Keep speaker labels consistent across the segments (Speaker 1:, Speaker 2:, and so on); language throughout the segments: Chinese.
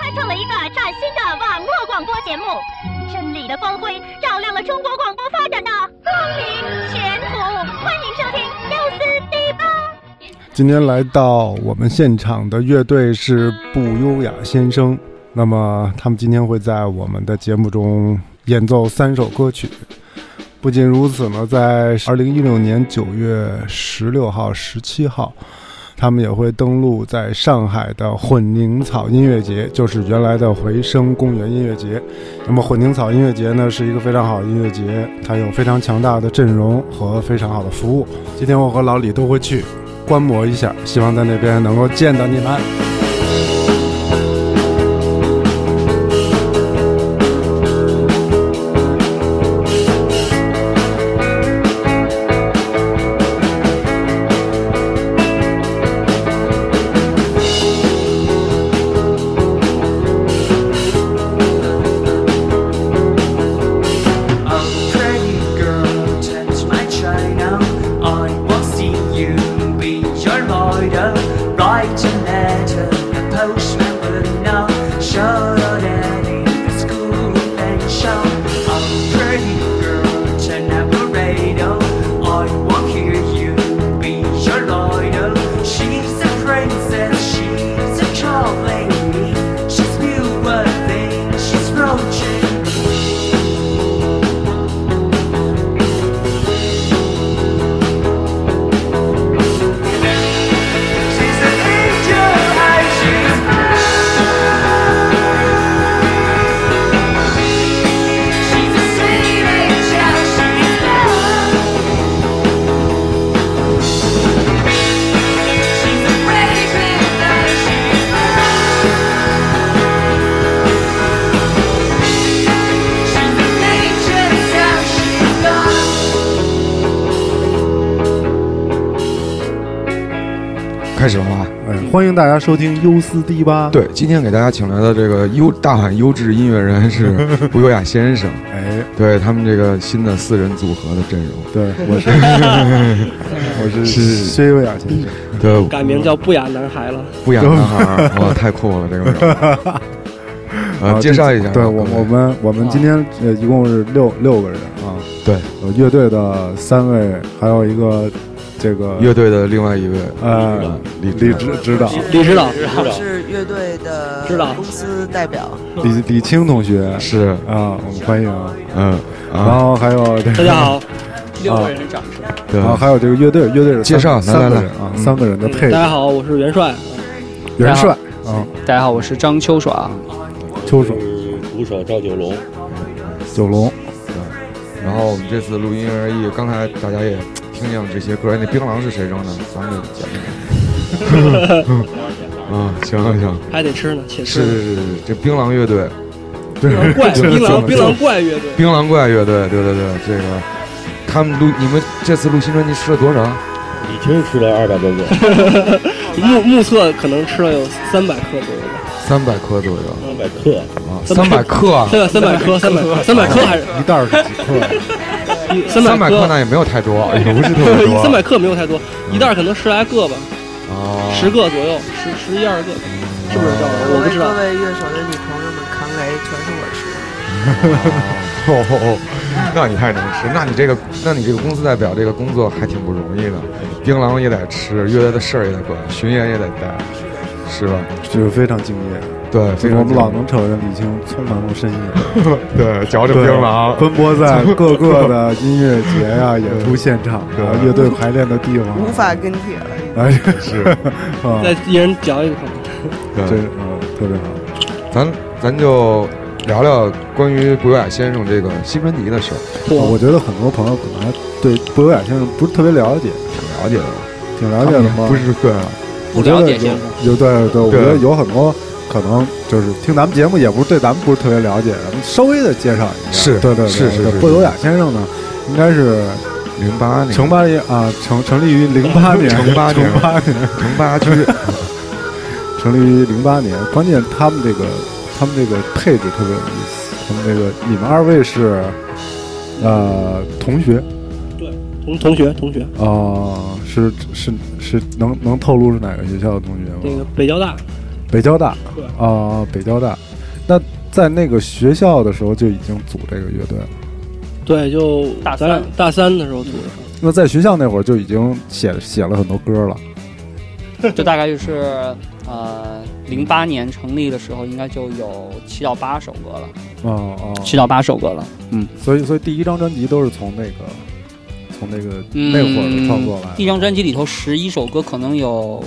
Speaker 1: 开创了一个崭新的网络广播节目，真理的光辉照亮了中国广播发展的光明前途。欢迎收听六四 D 八。
Speaker 2: 今天来到我们现场的乐队是不优雅先生，那么他们今天会在我们的节目中演奏三首歌曲。不仅如此呢，在二零一六年九月十六号、十七号，他们也会登陆在上海的混宁草音乐节，就是原来的回声公园音乐节。那么混宁草音乐节呢，是一个非常好的音乐节，它有非常强大的阵容和非常好的服务。今天我和老李都会去观摩一下，希望在那边能够见到你们。
Speaker 3: Oh pretty girl, touch my china. I will see you be your model. Write a letter, the postman will know. Show your daddy the school and show. Oh pretty girl, turn up the radio. I will hear you be your loyal. She's a princess, she's a child lady. She's beautiful, she's roaching. She's an angel, I she's She's a sweet angel, she's love. She's a raging love, she's love. She's a nature's love, she's love.
Speaker 4: 开始了吧？
Speaker 2: 哎，欢迎大家收听优思迪吧。，
Speaker 4: 对，今天给大家请来的这个优大喊优质音乐 人是不优雅先生，
Speaker 2: 哎，
Speaker 4: 对他们这个新的四人组合的阵 容，
Speaker 2: 对，我是我是
Speaker 4: 是
Speaker 2: 薛啊优雅先生。
Speaker 4: 对，
Speaker 5: 改名叫不雅男孩了。
Speaker 4: 不雅男孩儿，哇，太酷了，这个名儿。
Speaker 2: 啊
Speaker 4: 呃，介绍一下，
Speaker 2: 对我
Speaker 4: 各位
Speaker 2: 我们我们今天呃一共是六六个人啊，
Speaker 4: 对
Speaker 2: 有乐队的三位，还有一个这个
Speaker 4: 乐队的另外一位
Speaker 2: 呃
Speaker 4: 李
Speaker 2: 李指指导
Speaker 5: 李指导，
Speaker 6: 我是乐队的
Speaker 5: 知道
Speaker 6: 公司代表，
Speaker 2: 李李青同学
Speaker 4: 是，
Speaker 2: 啊，我们欢迎，
Speaker 4: 嗯
Speaker 2: 然
Speaker 4: 啊，
Speaker 2: 后还有这
Speaker 5: 大
Speaker 2: 个，
Speaker 5: 家好，
Speaker 2: 六个
Speaker 5: 人掌声。
Speaker 4: 对
Speaker 2: 然，后还有这个乐队乐队是
Speaker 4: 介绍
Speaker 2: 三三
Speaker 4: 来
Speaker 2: 个
Speaker 4: 来
Speaker 2: 人啊，
Speaker 4: 来
Speaker 2: 三个人的配
Speaker 5: 呃大家
Speaker 2: 置，
Speaker 5: 好，我是元帅。
Speaker 2: 元帅啊，
Speaker 7: 大家好，我是张秋爽。
Speaker 2: 秋爽
Speaker 8: 是鼓手赵九龙，
Speaker 2: 九龙，
Speaker 4: 然后我们这次录音而已，刚才大家也听见了这些歌，哎那槟榔是谁扔的？咱们给讲一 讲。 啊，行行行，
Speaker 5: 还得吃呢，且
Speaker 4: 是
Speaker 5: 吃。
Speaker 4: 是是是，这槟榔乐队，
Speaker 5: 槟榔怪，
Speaker 2: 对
Speaker 5: 槟
Speaker 2: 对
Speaker 5: 榔，
Speaker 2: 对
Speaker 5: 槟榔怪乐队。
Speaker 4: 槟榔怪乐队，对对对，这个他们录你们这次录新专辑吃了多少？
Speaker 8: 已经吃了二百多个，
Speaker 5: 目目测可能吃了有三百克左右吧。
Speaker 4: 三百颗左右
Speaker 8: 三百克，
Speaker 4: 啊，三百克啊，
Speaker 5: 对，三百克，三百克，三百克还是
Speaker 2: 一袋儿是几克？
Speaker 5: 一
Speaker 4: 三百克
Speaker 5: 克？
Speaker 4: 那也没有太多，也不是特别
Speaker 5: 一
Speaker 4: 多，
Speaker 5: 三百克没有太多，一袋可能十来个吧，
Speaker 4: 啊，
Speaker 5: 十个左右，十十一二个，是不是赵老师？
Speaker 6: 我
Speaker 5: 我不
Speaker 6: 为
Speaker 5: 知
Speaker 6: 各
Speaker 5: 道。
Speaker 6: 位乐手的女朋友们扛雷，全是我吃。
Speaker 4: 哦，那你太能吃，那你这个，那你这个公司代表这个工作还挺不容易的，槟榔也得吃，乐队的事儿也得管，巡演也得带，是吧？
Speaker 2: 就是非常敬业，
Speaker 4: 对，非常
Speaker 2: 我们老
Speaker 4: 紧
Speaker 2: 能瞅见李青匆忙入深夜。
Speaker 4: 对嚼着槟
Speaker 2: 对，
Speaker 4: 榔，
Speaker 2: 奔波在各个的音乐节啊、演出现场啊、
Speaker 4: 对
Speaker 2: 乐队排练的地方啊，
Speaker 6: 无法跟帖了，
Speaker 2: 哎，
Speaker 4: 是，
Speaker 2: 啊，
Speaker 5: 再一人嚼一口。
Speaker 2: 这
Speaker 4: 对，
Speaker 2: 啊特别好。
Speaker 4: 咱咱就聊聊关于布雅先生这个新专辑的事儿，
Speaker 2: 我
Speaker 5: 我
Speaker 2: 觉得很多朋友可能还对布有雅先生不是特别了解，
Speaker 4: 挺了解的，
Speaker 2: 挺了解的吗？
Speaker 4: 不，是对啊，
Speaker 2: 我
Speaker 7: 不
Speaker 2: 觉
Speaker 7: 了
Speaker 2: 得
Speaker 7: 解
Speaker 2: 有
Speaker 7: 先生
Speaker 2: 有对对，我觉得
Speaker 4: 对
Speaker 2: 有很多可能就是听咱们节目也不是对咱们不是特别了解，咱们稍微的介绍一下。
Speaker 4: 是
Speaker 2: 对对对
Speaker 4: 是是
Speaker 2: 对
Speaker 4: 是
Speaker 2: 布有雅先生呢，应该是
Speaker 4: 零八年，
Speaker 2: 成八年啊，成成立于零 八年，
Speaker 4: 成八年
Speaker 2: 成八年。
Speaker 4: 零八区，
Speaker 2: 成立于零八年，关键他们这个他们这个配置特别有意思。他们这个你们二位是呃同学
Speaker 5: 同同学同学，
Speaker 2: 啊、是是是能能透露是哪个学校的同学
Speaker 5: 那
Speaker 2: 吗？
Speaker 5: 个北交大，
Speaker 2: 北交大
Speaker 5: 对
Speaker 2: 啊、北交大。那在那个学校的时候就已经组这个乐队了。
Speaker 5: 对，就
Speaker 7: 大
Speaker 5: 咱
Speaker 7: 三
Speaker 5: 俩大三的时候组的。
Speaker 2: 那在学校那会儿就已经写写了很多歌了。
Speaker 7: 就大概就是呃零八年成立的时候，应该就有七到八首歌了，
Speaker 2: 哦哦，
Speaker 7: 七到八首歌了。嗯
Speaker 2: 所以所以第一张专辑都是从那个从那个、
Speaker 7: 嗯
Speaker 2: 那会儿创作来
Speaker 7: 第一
Speaker 2: 的，
Speaker 7: 张专辑里头十一首歌，可能有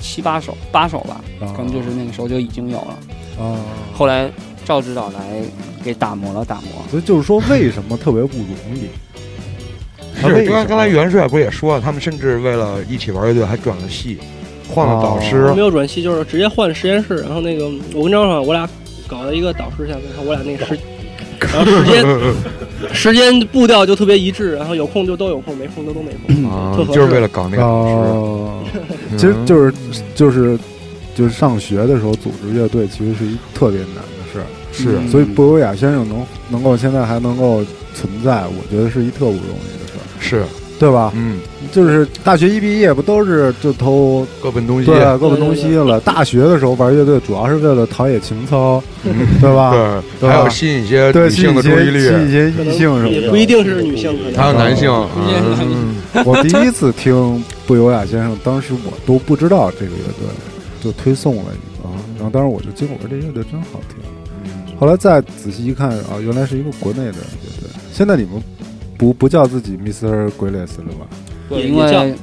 Speaker 7: 七八首，八首吧，
Speaker 2: 哦
Speaker 7: 可能就是那个时候就已经有了。
Speaker 2: 啊。
Speaker 7: 后来赵指导来给打磨了打磨，
Speaker 2: 所以就是说，为什么特别不容易？他为
Speaker 4: 是，
Speaker 2: 什么
Speaker 4: 刚刚才袁帅不是也说了，他们甚至为了一起玩乐队还转了系，换了导师。
Speaker 5: 没有转系，就是直接换实验室。然后那个我跟张爽，我俩搞了一个导师下面，然后我俩那个时，然后时间 时间步调就特别一致，然后有空就都有空，没空就都没空。
Speaker 4: 啊
Speaker 5: 特合，适
Speaker 4: 就是为了搞那个导师，
Speaker 2: 哦，
Speaker 4: 嗯
Speaker 2: 其实就是就是就是上学的时候组织乐队，其实是一特别难的事儿。
Speaker 4: 是
Speaker 2: 所以布优雅先生能能够现在还能够存在，我觉得是一特不容易的事儿，
Speaker 4: 是，
Speaker 2: 对吧？
Speaker 4: 嗯，
Speaker 2: 就是大学一毕业不都是就偷
Speaker 4: 各奔东西，
Speaker 2: 对各奔东西了？大学的时候玩乐队主要是为了陶冶情操，对吧？对
Speaker 4: 嗯
Speaker 2: 吧
Speaker 4: 对，还有吸引一些
Speaker 2: 对，
Speaker 4: 女
Speaker 2: 吸引
Speaker 4: 性
Speaker 2: 一
Speaker 4: 的注
Speaker 2: 些
Speaker 4: 意
Speaker 2: 吸引一
Speaker 4: 力，
Speaker 2: 些异性什么
Speaker 5: 也
Speaker 2: 的
Speaker 5: 不。一定是女性，可
Speaker 4: 还有
Speaker 5: 能
Speaker 4: 男性。
Speaker 7: 一些男
Speaker 4: 嗯
Speaker 2: 我第一次听布尤雅先生，当时我都不知道这个乐队，就推送了一个，然后当时我就惊，我说这乐队真好听。后来再仔细一看啊，原来是一个国内的乐队。现在你们不不叫自己 Mr. g r e l e s 了吧？
Speaker 5: 也
Speaker 7: 因
Speaker 5: 也叫
Speaker 7: 为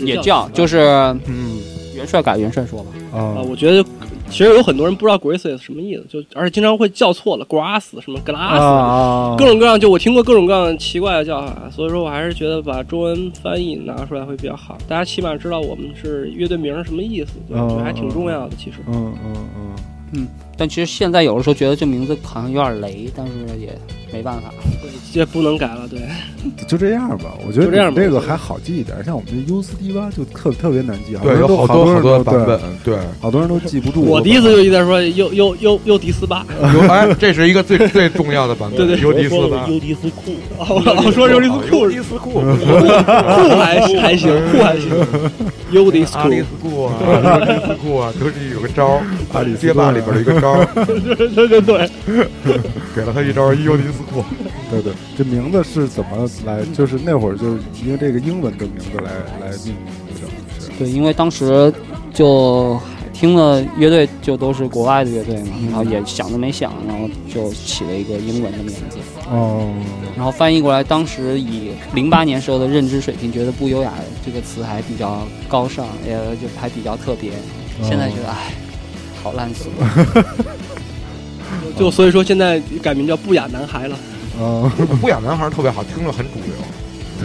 Speaker 7: 也叫就是
Speaker 4: 嗯，
Speaker 7: 元帅改元帅说吧，
Speaker 5: 啊，
Speaker 2: 啊，
Speaker 5: 我觉得其实有很多人不知道 Grace 什么意思，就而且经常会叫错了，Grass 什么 Glass，
Speaker 2: 啊
Speaker 5: 各种各样，就我听过各种各样奇怪的叫法，所以说我还是觉得把中文翻译拿出来会比较好，大家起码知道我们是乐队名儿什么意思，对
Speaker 2: 啊
Speaker 5: 我觉得还挺重要的。其实
Speaker 2: 嗯嗯嗯，
Speaker 7: 但其实现在有的时候觉得这名字好像有点雷，但是也没办法。
Speaker 5: 对这不能改了，对。
Speaker 2: 就这样吧。我觉得
Speaker 5: 就这样
Speaker 2: 你
Speaker 5: 吧
Speaker 2: 这个还好记一点，像我们这 U 四 D 八就特特别难记，
Speaker 4: 对，有
Speaker 2: 好
Speaker 4: 好多好
Speaker 2: 人
Speaker 4: 多
Speaker 2: 都
Speaker 4: 版，本
Speaker 2: 对，
Speaker 4: 对，
Speaker 2: 好多人都记不住。
Speaker 5: 我第哦一次就一直在说又又又又迪斯巴，
Speaker 4: 有哎，这是一个最最重要的版本，
Speaker 5: 对对
Speaker 4: 尤迪斯吧，
Speaker 8: 尤迪斯库，
Speaker 5: 我老说尤迪斯库
Speaker 4: 尤迪斯库，
Speaker 5: 哦酷还还行，酷还行，哦尤迪斯
Speaker 4: 阿
Speaker 5: 库
Speaker 4: 里斯库 啊，尤迪斯库啊，都是有个招儿，
Speaker 2: 阿里斯库啊
Speaker 4: 街霸里边的一个招儿，
Speaker 5: 对对对，
Speaker 4: 给了他一招儿尤迪斯库，
Speaker 2: 对对，这名字是怎么来？就是那会儿就是因为这个英文的名字来来命名的，是
Speaker 7: 对，因为当时就听了乐队就都是国外的乐队嘛，然后也想都没想，然后就起了一个英文的名字，
Speaker 2: 哦，
Speaker 7: 然后翻译过来，当时以零八年时候的认知水平，觉得“不优雅”这个词还比较高尚，也就还比较特别。现在觉得唉，好烂俗。啊
Speaker 5: 就所以说现在改名叫不雅男孩了。
Speaker 2: 哦，
Speaker 4: 不雅男孩儿特别好，听着很主流，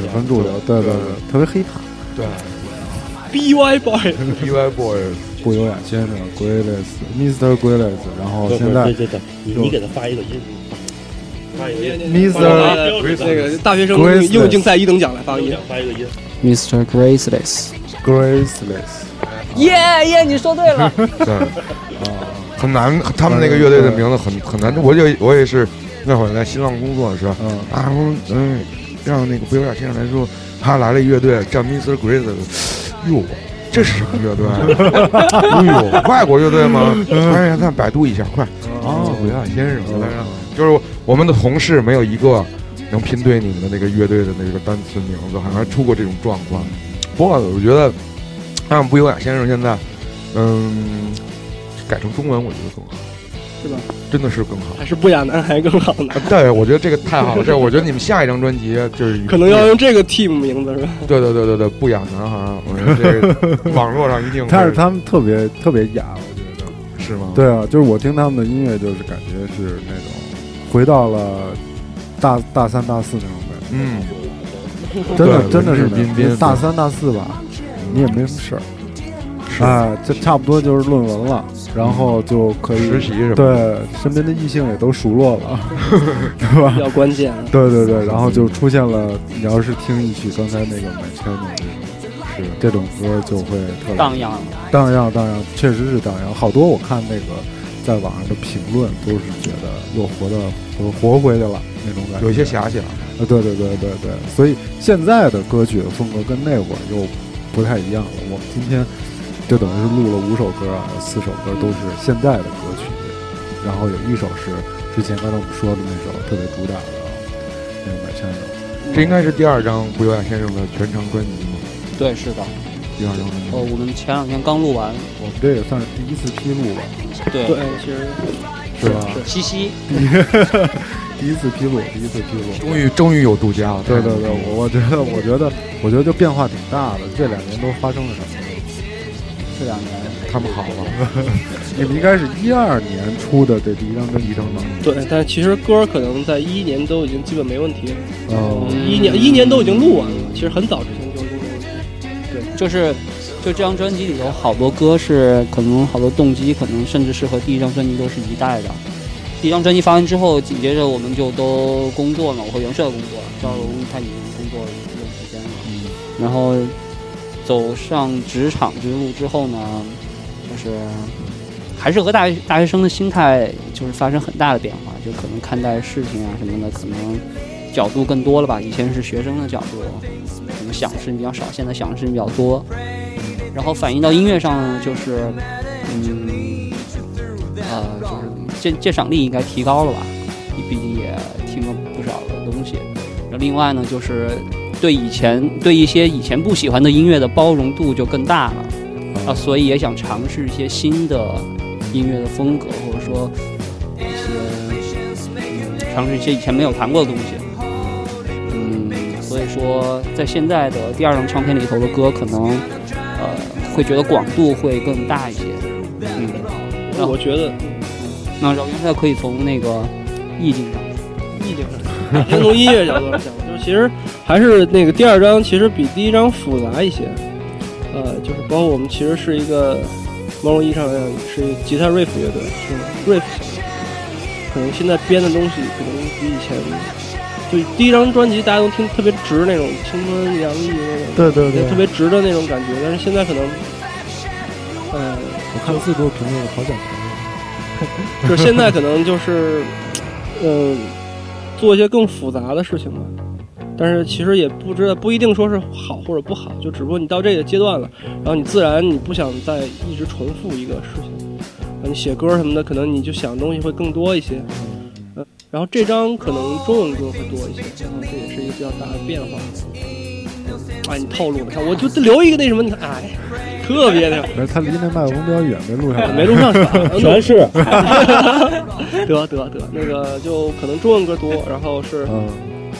Speaker 2: 对，很主流，对对对，特别黑怕。
Speaker 4: 对
Speaker 5: B Y Boy，
Speaker 4: ，UI Boys，
Speaker 2: 布尤雅先生 g r e l e s Mr. g r e l e s 然后现在
Speaker 8: 对对对，你你给他发一个音，发一个音，
Speaker 2: Mr.
Speaker 5: 那个大学生
Speaker 2: Graceless
Speaker 5: 英语竞赛一等奖来发音，
Speaker 8: 发一个音，
Speaker 7: Mr. Graceless，
Speaker 2: Graceless
Speaker 7: 耶耶，你说对了。
Speaker 4: 对。
Speaker 2: 啊，
Speaker 4: 很难，他们那个乐队的名字很很难。我就我也是那会儿在新浪工作的时候，
Speaker 2: 嗯
Speaker 4: 啊，我嗯，让那个不有点先生来说，他来了一乐队叫 Mr. Grace，哟，这是什么乐队？ 哎呦，外国乐队吗？哎呀，咱百度一下，快！哦，不有点先生，来让就是我们的同事没有一个能拼对你们的那个乐队的那个单词名字，好像还出过这种状况。不过我觉得，按不有点先生现在，嗯，改成中文我觉得更好，
Speaker 5: 是吧？
Speaker 4: 真的是更好。
Speaker 5: 还是不雅男 孩更好呢？
Speaker 4: 对，我觉得这个太好了，这我觉得你们下一张专辑就是一
Speaker 5: 可能要用这个 team 名字是吧？
Speaker 4: 对对对对对不雅男孩儿，我觉得这个网络上一定会
Speaker 2: 但是他们特别特别雅，我觉得。
Speaker 4: 是吗？
Speaker 2: 对啊，就是我听他们的音乐，就是感觉是那种回到了大大三大四那种感觉。
Speaker 4: 嗯，
Speaker 2: 真的
Speaker 4: 对
Speaker 2: 真的
Speaker 4: 文
Speaker 2: 是
Speaker 4: 质彬彬
Speaker 2: 那大三大四吧，你也没什么事儿，
Speaker 4: 是
Speaker 2: 哎，这差不多就是论文了，然后就可以
Speaker 4: 实习什么
Speaker 2: 对，身边的异性也都熟络 了，对吧
Speaker 5: 比？较关键啊。
Speaker 2: 对对对，然后就出现了，你要是听一曲刚才那个《My Channel》
Speaker 4: 是
Speaker 2: 这种歌，就会特别
Speaker 7: 荡漾，
Speaker 2: 荡漾荡漾，确实是荡漾。好多我看那个在网上的评论都是觉得又活到活活回去了那种感觉，
Speaker 4: 有一些遐想，
Speaker 2: 啊，对对对对对，所以现在的歌曲的风格跟那会儿又不太一样了。我们今天
Speaker 9: 就等于是录了五首歌啊，四首歌都是现在的歌曲，然后有一首是之前刚才我们说的那首特别主打的那个《买山手》，
Speaker 4: 这应该是第二张不优雅先生的全长专辑吗？
Speaker 7: 对，是的。
Speaker 4: 第二张专辑
Speaker 7: 呃，我们前两天刚录完，
Speaker 9: 我们这也算是第一次披露吧，
Speaker 7: 对，
Speaker 5: 对，其实
Speaker 9: 是吧？
Speaker 7: 西西，
Speaker 9: 第一次披露，第一次披露。
Speaker 4: 终于终于有独家了。
Speaker 9: 对对对，我我觉得，我觉得，我觉得就变化挺大的。这两年都发生了什么？
Speaker 7: 这两年
Speaker 9: 他们好 了。你们应该是一二年出的这第一张专辑吗？
Speaker 5: 对，但其实歌可能在一一年都已经基本没问题了，
Speaker 9: 哦，
Speaker 5: 一一年一一年都已经录完了，其实很早之前就录了。
Speaker 7: 就是，就这张专辑里有好多歌是可能好多动机，可能甚至是和第一张专辑都是一代的。第一张专辑发完之后，紧接着我们就都工作嘛，我和袁帅工作，赵荣他已经工作一段时间了，然后走上职场之路之后呢，就是还是和大学大学生的心态就是发生很大的变化，就可能看待事情啊什么的，可能角度更多了吧。以前是学生的角度，可能想的事情比较少，现在想的事情比较多。然后反映到音乐上呢，就是，嗯，呃，就是鉴鉴赏力应该提高了吧，毕竟也听了不少的东西。然后另外呢，就是对以前对一些以前不喜欢的音乐的包容度就更大了，啊，所以也想尝试一些新的音乐的风格，或者说一些、嗯、尝试一些以前没有弹过的东西。嗯，所以说在现在的第二张唱片里头的歌，可能呃会觉得广度会更大一些。嗯，
Speaker 5: 那我觉得
Speaker 7: 那饶元帅可以从那个意境上，
Speaker 5: 意境上，先从音乐角度上讲，就是其实还是那个第二章，其实比第一章复杂一些。呃，就是包括我们其实是一个某种意义上来讲是一个吉他 riff 乐队，是 riff 小队可能现在编的东西可能比以前，就第一张专辑大家都听特别直那种青春洋溢那种，
Speaker 9: 对对
Speaker 5: 特别直的那种感觉，但是现在可能，呃。
Speaker 9: 我看四周评论好想评
Speaker 5: 就是现在可能就是，嗯，做一些更复杂的事情吧。但是其实也不知道，不一定说是好或者不好，就只不过你到这个阶段了，然后你自然你不想再一直重复一个事情，然后你写歌什么的，可能你就想的东西会更多一些。嗯，然后这张可能中文歌会多一些，然后这也是一个比较大的变化。哎，你透露了，看我就留一个那什么，你看，哎，特别那
Speaker 9: 论。他离那麦克风比较远，没录下来。
Speaker 5: 没录上 手，
Speaker 8: 全是
Speaker 5: 得得得，那个就可能中文歌多，然后是
Speaker 9: 嗯，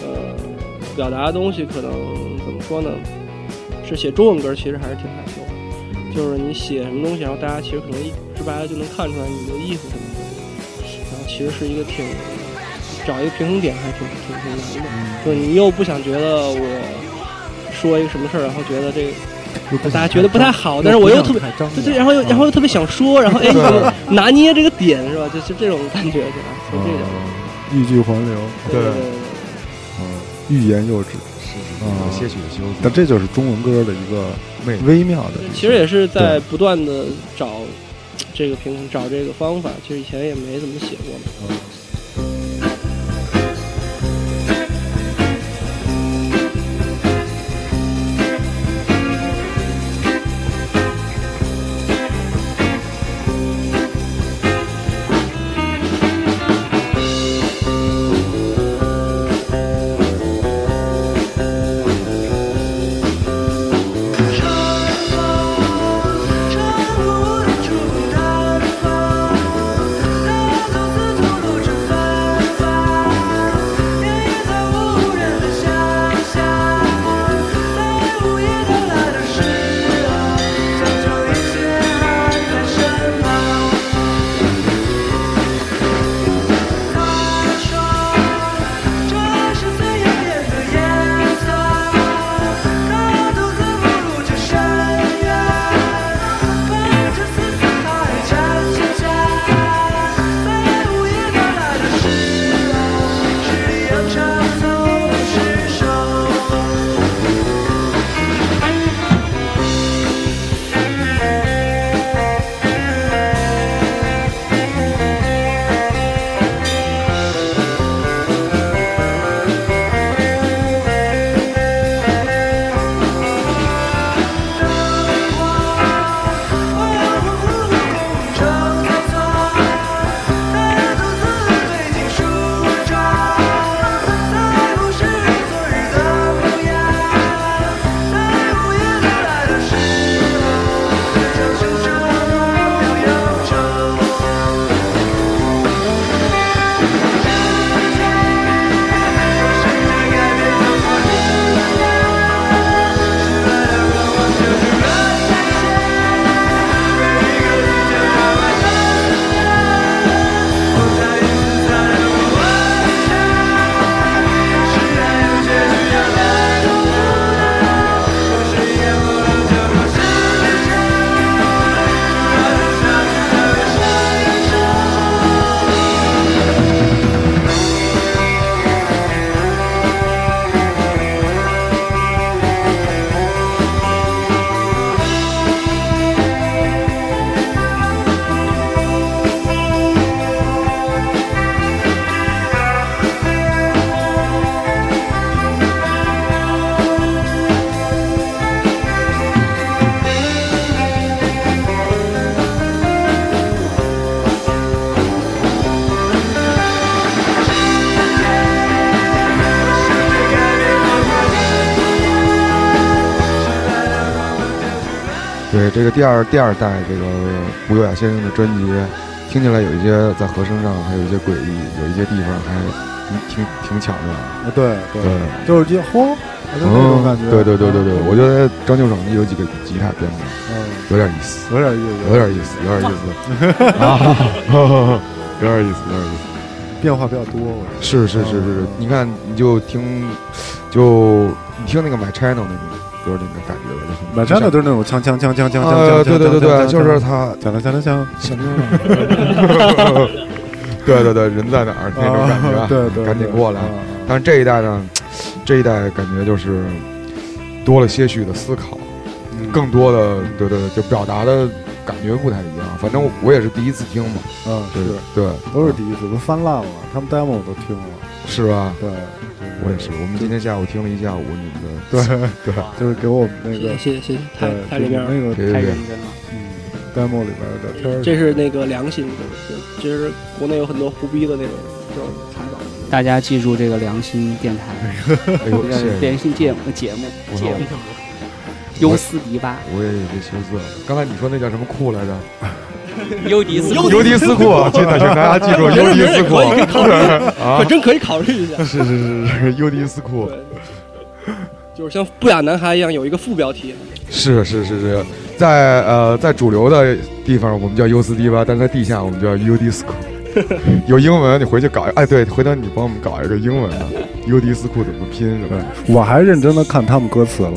Speaker 5: 呃，表达的东西可能怎么说呢？是写中文歌其实还是挺难受的，就是你写什么东西，然后大家其实可能一直白了就能看出来你的意思什么的，然后其实是一个挺找一个平衡点还挺挺挺难的，
Speaker 8: 嗯
Speaker 5: 就是你又不想觉得我说一个什么事儿，然后觉得这个
Speaker 9: 又不
Speaker 5: 大家觉得不太
Speaker 2: 哎
Speaker 5: 好，但是我又特别。对对，然后又然后又特别想说，然后哎，怎么拿捏这个点是吧？就就这种感觉，对吧？从这种，
Speaker 9: 啊欲拒还留，
Speaker 5: 对对
Speaker 4: 对
Speaker 5: 对
Speaker 9: 嗯，欲言又止。
Speaker 4: 有些许的羞涩
Speaker 9: 但。这就是中文歌的一个
Speaker 4: 魅力
Speaker 9: 微妙的地
Speaker 5: 对
Speaker 9: 方，
Speaker 5: 其实也是在不断的找这个平衡，找这个方法。其实以前也没怎么写过嘛。
Speaker 3: 长路的主大风，大道走自从路之
Speaker 6: 啊啊
Speaker 4: 对这个第二第二代这个吴优雅先生的专辑，听起来有一些在和声上还有一些诡异，有一些地方还挺挺挺巧妙的。
Speaker 2: 啊对对
Speaker 4: 对，哦
Speaker 2: 就是就嚯，就那种感觉。
Speaker 4: 对对对对对，
Speaker 2: 嗯
Speaker 4: 我觉得张秀爽有几个吉他编的
Speaker 2: 嗯，
Speaker 4: 有点意思，
Speaker 2: 有点意思，
Speaker 4: 有点意思，有点意思啊， 有点意思，有点意思。
Speaker 2: 变化比较多。我觉得
Speaker 4: 是是是是是，你看你就听，就你听那个 My Channel 那个歌那个感觉吧，就很
Speaker 2: 满山的都是那种锵锵锵锵锵锵
Speaker 4: 啊，
Speaker 2: 锵，
Speaker 4: 对对对对，就是他
Speaker 2: 锵锵锵锵锵，
Speaker 4: 想听吗？对对对，人在哪儿 那种感觉啊，
Speaker 2: 啊对对，
Speaker 4: 赶紧过来。
Speaker 2: 啊
Speaker 4: 但是这一代呢，这一代感觉就是多了些许的思考，
Speaker 9: 嗯
Speaker 4: 更多的对对对，就表达的感觉不太一样。反正我也是第一次听嘛，
Speaker 9: 啊
Speaker 2: 嗯
Speaker 4: 对
Speaker 2: 是
Speaker 4: 对，
Speaker 2: 都是第一次，都翻烂了，他们 demo 我都听了，
Speaker 4: 是吧？
Speaker 2: 对，
Speaker 4: 我也是，我们今天下午听了一下午你们的，
Speaker 2: 对
Speaker 4: 对，
Speaker 2: 就是给我们那
Speaker 5: 谢
Speaker 2: 个
Speaker 5: 谢谢谢，太
Speaker 2: 对
Speaker 5: 太这边了。
Speaker 2: 那个
Speaker 4: 对
Speaker 7: 太
Speaker 4: 对
Speaker 7: 认
Speaker 4: 对，
Speaker 7: 真了。
Speaker 2: 嗯 demo 里边的聊天儿，
Speaker 5: 这是那个良心的，就就是国内有很多胡逼的那种这种采访。
Speaker 7: 大家记住这个良心电台，
Speaker 4: 哎呦，谢谢。
Speaker 7: 良心节目节目
Speaker 4: 我操
Speaker 7: 节目，优斯迪吧，
Speaker 4: 我也有些羞涩。啊刚才你说那叫什么库来着？
Speaker 7: 优迪斯，
Speaker 4: 尤迪斯库，啊 真的，请大家记住
Speaker 5: 我觉
Speaker 4: 尤
Speaker 5: 得
Speaker 4: 迪
Speaker 5: 名儿
Speaker 4: 斯库
Speaker 5: 也可以可以考虑，
Speaker 4: 啊
Speaker 5: 可！真可以考虑一下。
Speaker 4: 是是是是，尤迪斯库
Speaker 5: 对，就是像不雅男孩一样有一个副标题，
Speaker 4: 是是是是，在呃在主流的地方我们叫优斯迪吧，但在地下我们叫尤迪 斯库。有英文你回去搞一，哎对，回头你帮我们搞一个英文的尤迪斯库怎么拼什么
Speaker 2: 对，我还认真的看他们歌词了，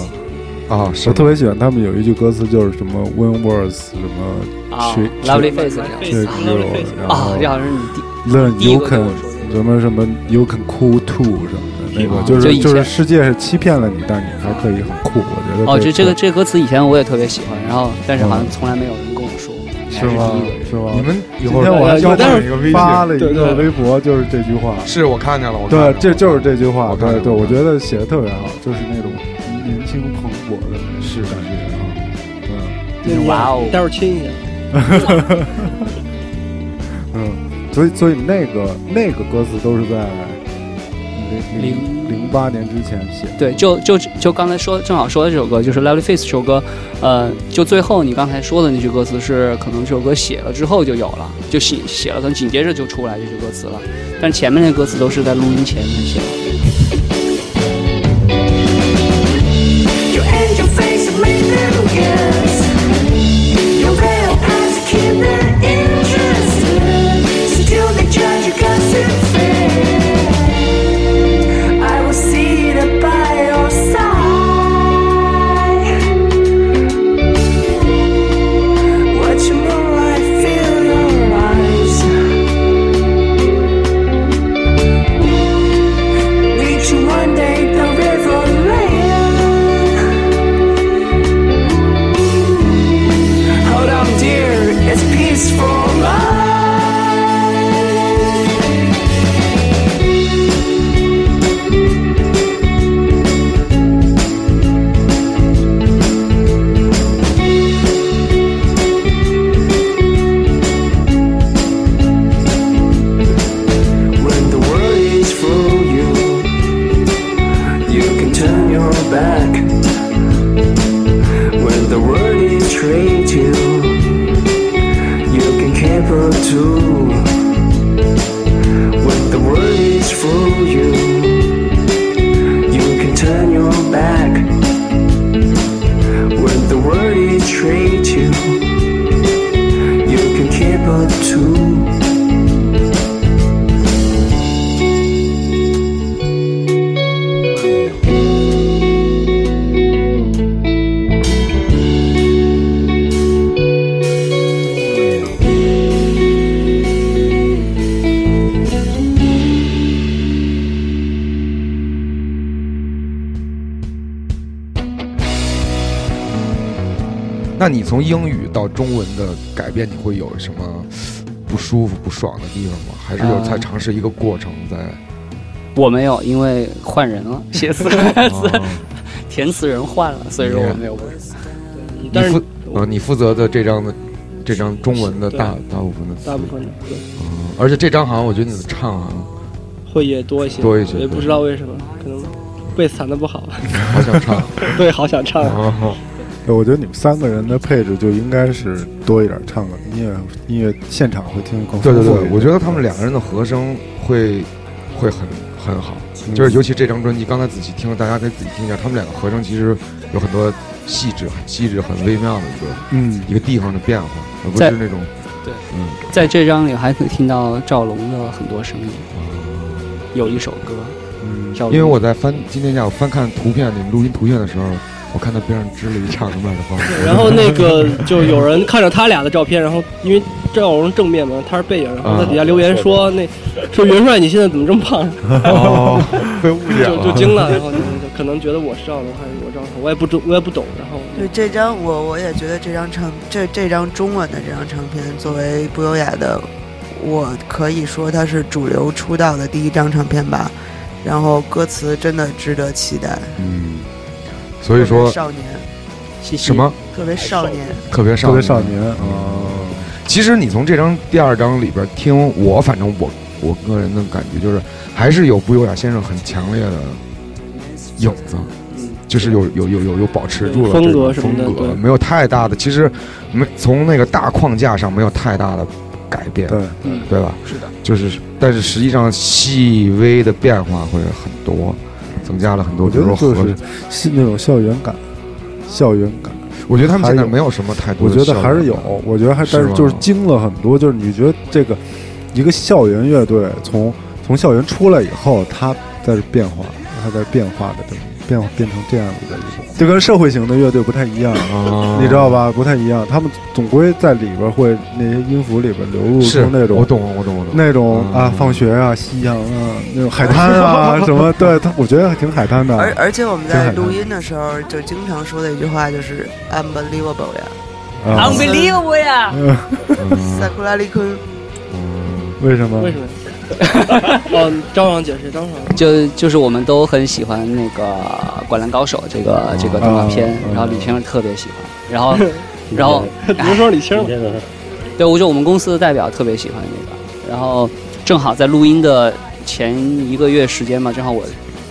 Speaker 4: 啊？是
Speaker 2: 我
Speaker 4: 吗
Speaker 2: 特别喜欢他们有一句歌词就是什么 “When words” 什么
Speaker 7: 啊
Speaker 2: 去
Speaker 7: ，Lovely Face
Speaker 5: 去
Speaker 2: “take
Speaker 5: Face-
Speaker 2: you”，
Speaker 5: Face-
Speaker 2: 然
Speaker 7: 啊
Speaker 2: 后，
Speaker 7: 这好像是你第
Speaker 2: “learn
Speaker 7: 第一
Speaker 2: you
Speaker 7: 个跟
Speaker 2: can”
Speaker 7: 我说的
Speaker 2: 什么什么 “you can cool too” 什么的，那个
Speaker 7: 啊
Speaker 2: 就
Speaker 7: 就是以前
Speaker 2: 就是世界是欺骗了你，但是你还可以很酷，我觉得
Speaker 7: 哦，这这个
Speaker 2: 是
Speaker 7: 这个歌词以前我也特别喜欢，然后但是
Speaker 4: 嗯
Speaker 7: 好像从来没有人跟我说，你还
Speaker 2: 是吗
Speaker 7: 第一个？人。
Speaker 2: 是吗？
Speaker 4: 你们以
Speaker 2: 今
Speaker 4: 后
Speaker 2: 天我还
Speaker 4: 交
Speaker 5: 但
Speaker 4: 换
Speaker 5: 是
Speaker 4: 一个微信，
Speaker 2: 发了一
Speaker 5: 对
Speaker 2: 个
Speaker 5: 对
Speaker 2: 微博，就是这句话，
Speaker 4: 是我看见了，我看见
Speaker 2: 对
Speaker 4: 了，
Speaker 2: 这就是这句话，
Speaker 4: 我看
Speaker 2: 对
Speaker 4: 见了
Speaker 2: 对，
Speaker 4: 我
Speaker 2: 我
Speaker 4: 看见
Speaker 2: 觉得写的特别好，就是那种年轻蓬勃的
Speaker 4: 是
Speaker 2: 感觉啊，嗯。
Speaker 7: 哇哦
Speaker 5: 待会儿亲一下。
Speaker 2: 嗯，所以所以那个那个歌词都是在零零
Speaker 7: 零
Speaker 2: 零八年之前写的。
Speaker 7: 对，就就就刚才说，正好说的这首歌就是 Lovely Face 这首歌，呃，就最后你刚才说的那句歌词是，可能这首歌写了之后就有了，就写写了，可能紧接着就出来这句歌词了，但前面那歌词都是在录音前面写的。
Speaker 3: Your angel face of maiden kiss. Your real eyes keep the interest. So till the judge you got to fail. I will see that by your side. Watch your moonlight fill your eyes. Reach you one day the river land. Hold on, dear, it's peaceful life. When the world is for you, you can turn your back. When the world is trade you, you can caper too. When the world is for you, you can turn your back. When the world is trade you, you can caper too.
Speaker 4: 那你从英语到中文的改变，你会有什么不舒服、不爽的地方吗？还是有在
Speaker 7: 呃
Speaker 4: 尝试一个过程 在？
Speaker 7: 我没有，因为换人了，写 词
Speaker 4: 啊
Speaker 7: 填词人换了，所以说我没有过。
Speaker 5: 对
Speaker 4: 你
Speaker 5: 但
Speaker 4: 负
Speaker 5: 是
Speaker 4: 啊，你负责的这张的这张中文的
Speaker 5: 对
Speaker 4: 大大部分的词
Speaker 5: 大部分的对
Speaker 4: 嗯而且这张好像我觉得你的唱啊 好像
Speaker 5: 会也多一些，
Speaker 4: 多一些
Speaker 5: 也不知道为什么，可能贝斯弹的不好，
Speaker 4: 好想唱
Speaker 5: 对，好想唱。
Speaker 4: 啊，
Speaker 2: 对我觉得你们三个人的配置就应该是多一点唱的音乐，音乐现场会听更
Speaker 4: 对对
Speaker 2: 丰富一
Speaker 4: 对，
Speaker 2: 点
Speaker 4: 我觉得他们两个人的和声会会很很好，就是尤其这张专辑，刚才仔细听了，大家可以仔细听一下，他们两个和声其实有很多细致、很细致、很微妙的一个
Speaker 2: 嗯
Speaker 4: 一个地方的变化，而不
Speaker 7: 在
Speaker 4: 是那种嗯
Speaker 7: 在这张里还可以听到赵龙的很多声音，有一首歌，
Speaker 4: 哦嗯
Speaker 7: 赵，
Speaker 4: 因为
Speaker 7: 龙
Speaker 4: 我在翻今天下午翻看图片，你们录音图片的时候，我看到边上支了一唱的麦克风，
Speaker 5: 然后那个就有人看着他俩的照片，然后因为赵荣正面嘛，他是背影，然
Speaker 4: 啊
Speaker 5: 后在底下留言说那说元帅你现在怎么这么胖？
Speaker 4: 哦，被误解
Speaker 5: 就就
Speaker 4: 了。
Speaker 5: 惊了，然后就就可能觉得我是赵荣还是我赵荣，我也不知我也不懂，然后
Speaker 6: 对这张，我我也觉得这张唱这这张中文的这张唱片，作为不优雅的，我可以说它是主流出道的第一张唱片吧。然后歌词真的值得期待，
Speaker 2: 嗯，
Speaker 4: 所以
Speaker 6: 特别
Speaker 4: 说
Speaker 6: 少年，
Speaker 7: 西西
Speaker 4: 什么
Speaker 6: 特别少年，
Speaker 4: 特别少
Speaker 2: 特
Speaker 4: 女
Speaker 2: 别少年啊，
Speaker 4: 其实你从这张第二张里边听，我反正我我个人的感觉就是，还是有不优雅先生很强烈的影子，就是有有有有有保持住了
Speaker 5: 风
Speaker 4: 这种
Speaker 5: 格什么的
Speaker 4: 风格，
Speaker 5: 对
Speaker 4: 没有太大的，其实没从那个大框架上没有太大的改变，
Speaker 2: 对，
Speaker 5: 嗯
Speaker 4: 对吧？
Speaker 7: 是的，
Speaker 4: 就是但是实际上细微的变化会很多，增加了很多，
Speaker 2: 我
Speaker 4: 比
Speaker 2: 觉
Speaker 4: 如说
Speaker 2: 得就
Speaker 4: 和
Speaker 2: 是是那种校园感，校园感，
Speaker 4: 我觉得他们现在
Speaker 2: 还有
Speaker 4: 没有什么太多
Speaker 2: 我
Speaker 4: 的
Speaker 2: 觉
Speaker 4: 效
Speaker 2: 得
Speaker 4: 果
Speaker 2: 还是有，我觉得还但
Speaker 4: 是
Speaker 2: 是
Speaker 4: 吗
Speaker 2: 就是精了很多，就是你觉得这个一个校园乐队从从校园出来以后，它在变化，它在变化的这种变变成这样子的一种，就跟社会型的乐队不太一样。
Speaker 4: 啊，
Speaker 2: 你知道吧？不太一样，他们总归在里边会那些音符里边流露
Speaker 4: 是
Speaker 2: 出那种
Speaker 4: 我懂我懂我懂，
Speaker 2: 那种
Speaker 4: 嗯
Speaker 2: 啊，放学啊，夕阳啊，那种海滩 啊，什么，对他，我觉得还挺海滩的。
Speaker 3: 哎
Speaker 6: 而而且我们
Speaker 2: 挺海
Speaker 6: 在
Speaker 2: 滩
Speaker 6: 录音的时候就经常说的一句话就是 unbelievable 呀
Speaker 2: 啊
Speaker 10: Unbelievable 呀！
Speaker 2: 嗯
Speaker 4: 嗯
Speaker 6: 萨库拉利坤，
Speaker 2: 为什么？
Speaker 5: 为什 么？哦，张爽解释，张爽
Speaker 7: 就就是我们都很喜欢那个《灌篮高手》这个这个动画片
Speaker 2: 啊，
Speaker 7: 然后李青儿特别喜欢，然后然后
Speaker 5: 比如说李青
Speaker 11: 今，天呢，
Speaker 7: 对，我觉得我们公司的代表特别喜欢这个，然后正好在录音的前一个月时间嘛，正好我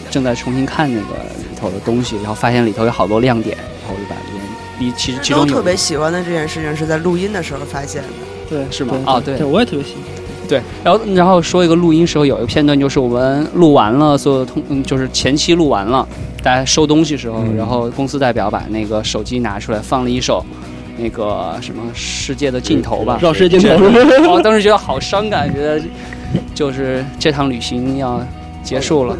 Speaker 7: 正在重新看那个里头的东西，然后发现里头有好多亮点，然后我就把这些，一其其
Speaker 6: 都
Speaker 7: 中有
Speaker 6: 特别喜欢的这件事情是在录音的时候发现的。
Speaker 5: 对，
Speaker 7: 是吗啊对
Speaker 5: 我也特别喜欢。
Speaker 7: 对，然后然后说一个录音时候有一个片段，就是我们录完了所有的通，嗯，就是前期录完了，大家收东西时候，然后公司代表把那个手机拿出来放了一首。那个什么世界的尽头吧，
Speaker 5: 绕世界尽 头
Speaker 7: 我当时觉得好伤感，觉得就是这趟旅行要结束了。